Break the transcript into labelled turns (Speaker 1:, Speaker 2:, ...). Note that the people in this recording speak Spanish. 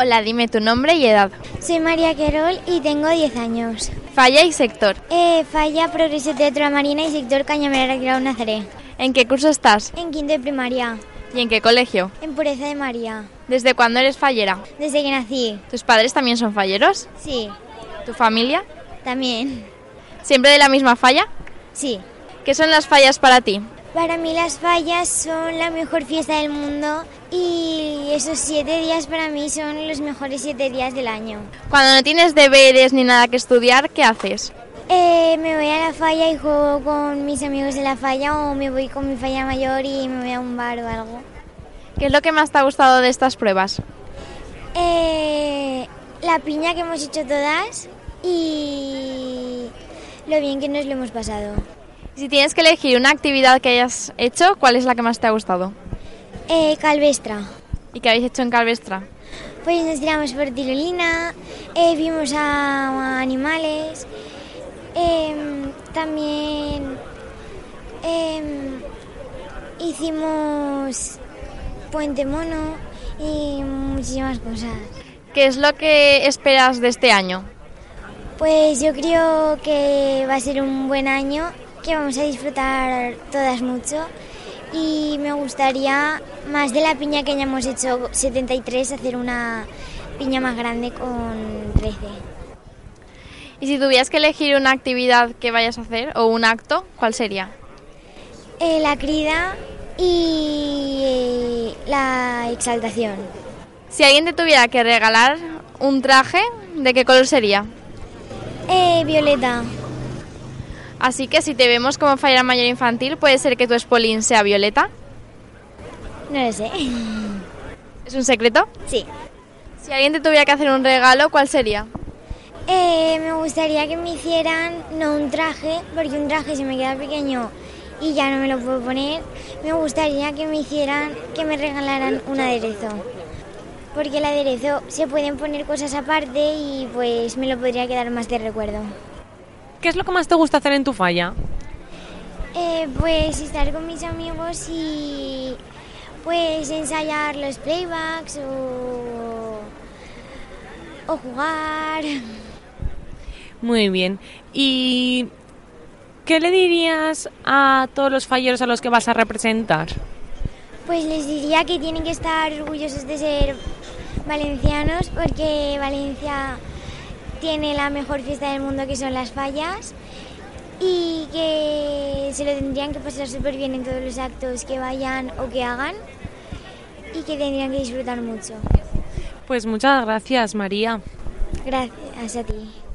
Speaker 1: Hola, dime tu nombre y edad.
Speaker 2: Soy María Querol y tengo 10 años.
Speaker 1: Falla y sector.
Speaker 2: Eh, falla Progreso Teatro Marina y sector Cañameral Grau Nazaret.
Speaker 1: ¿En qué curso estás?
Speaker 2: En quinto de primaria,
Speaker 1: ¿Y en qué colegio?
Speaker 2: en Pureza de María.
Speaker 1: ¿Desde cuándo eres fallera?
Speaker 2: Desde que nací,
Speaker 1: ¿Tus padres también son falleros?
Speaker 2: sí,
Speaker 1: ¿Tu familia?
Speaker 2: también,
Speaker 1: ¿Siempre de la misma falla?
Speaker 2: sí.
Speaker 1: ¿Qué son las fallas para ti?
Speaker 2: Para mí las fallas son la mejor fiesta del mundo y esos siete días para mí son los mejores siete días del año.
Speaker 1: Cuando no tienes deberes ni nada que estudiar, ¿qué haces?
Speaker 2: Eh, me voy a la falla y juego con mis amigos en la falla o me voy con mi falla mayor y me voy a un bar o algo.
Speaker 1: ¿Qué es lo que más te ha gustado de estas pruebas?
Speaker 2: Eh, la piña que hemos hecho todas y lo bien que nos lo hemos pasado.
Speaker 1: Si tienes que elegir una actividad que hayas hecho, ¿cuál es la que más te ha gustado?
Speaker 2: Eh, calvestra.
Speaker 1: ¿Y que habéis hecho en Calvestra?
Speaker 2: Pues nos tiramos por tirolina, eh, vimos a, a animales, em, también em, hicimos puente mono y muchísimas cosas.
Speaker 1: ¿Qué es lo que esperas de este año?
Speaker 2: Pues yo creo que va a ser un buen año, que vamos a disfrutar todas mucho y me gustaría, más de la piña que ya hemos hecho 73, hacer una piña más grande con 13.
Speaker 1: Y si tuvieras que elegir una actividad que vayas a hacer o un acto, ¿cuál sería?
Speaker 2: Eh, la crida y eh, la exaltación.
Speaker 1: Si alguien te tuviera que regalar un traje, ¿de qué color sería?
Speaker 2: Eh, Violeta,
Speaker 1: Así que si te vemos como fallera mayor infantil, puede ser que tu espolín sea violeta.
Speaker 2: no lo sé.
Speaker 1: ¿Es un secreto?
Speaker 2: Sí.
Speaker 1: Si alguien te tuviera que hacer un regalo, ¿cuál sería?
Speaker 2: Eh, me gustaría que me hicieran, no un traje, porque un traje se me queda pequeño y ya no me lo puedo poner. Me gustaría que me hicieran, que me regalaran un aderezo. Porque el aderezo se pueden poner cosas aparte y pues me lo podría quedar más de recuerdo.
Speaker 3: ¿Qué es lo que más te gusta hacer en tu falla?
Speaker 2: Eh, pues estar con mis amigos y pues ensayar los playbacks o, o jugar.
Speaker 3: Muy bien. ¿Y qué le dirías a todos los falleros a los que vas a representar?
Speaker 2: Pues les diría que tienen que estar orgullosos de ser valencianos porque Valencia tiene la mejor fiesta del mundo que son las fallas y que se lo tendrían que pasar súper bien en todos los actos que vayan o que hagan y que tendrían que disfrutar mucho.
Speaker 3: Pues muchas gracias, María.
Speaker 2: Gracias a ti.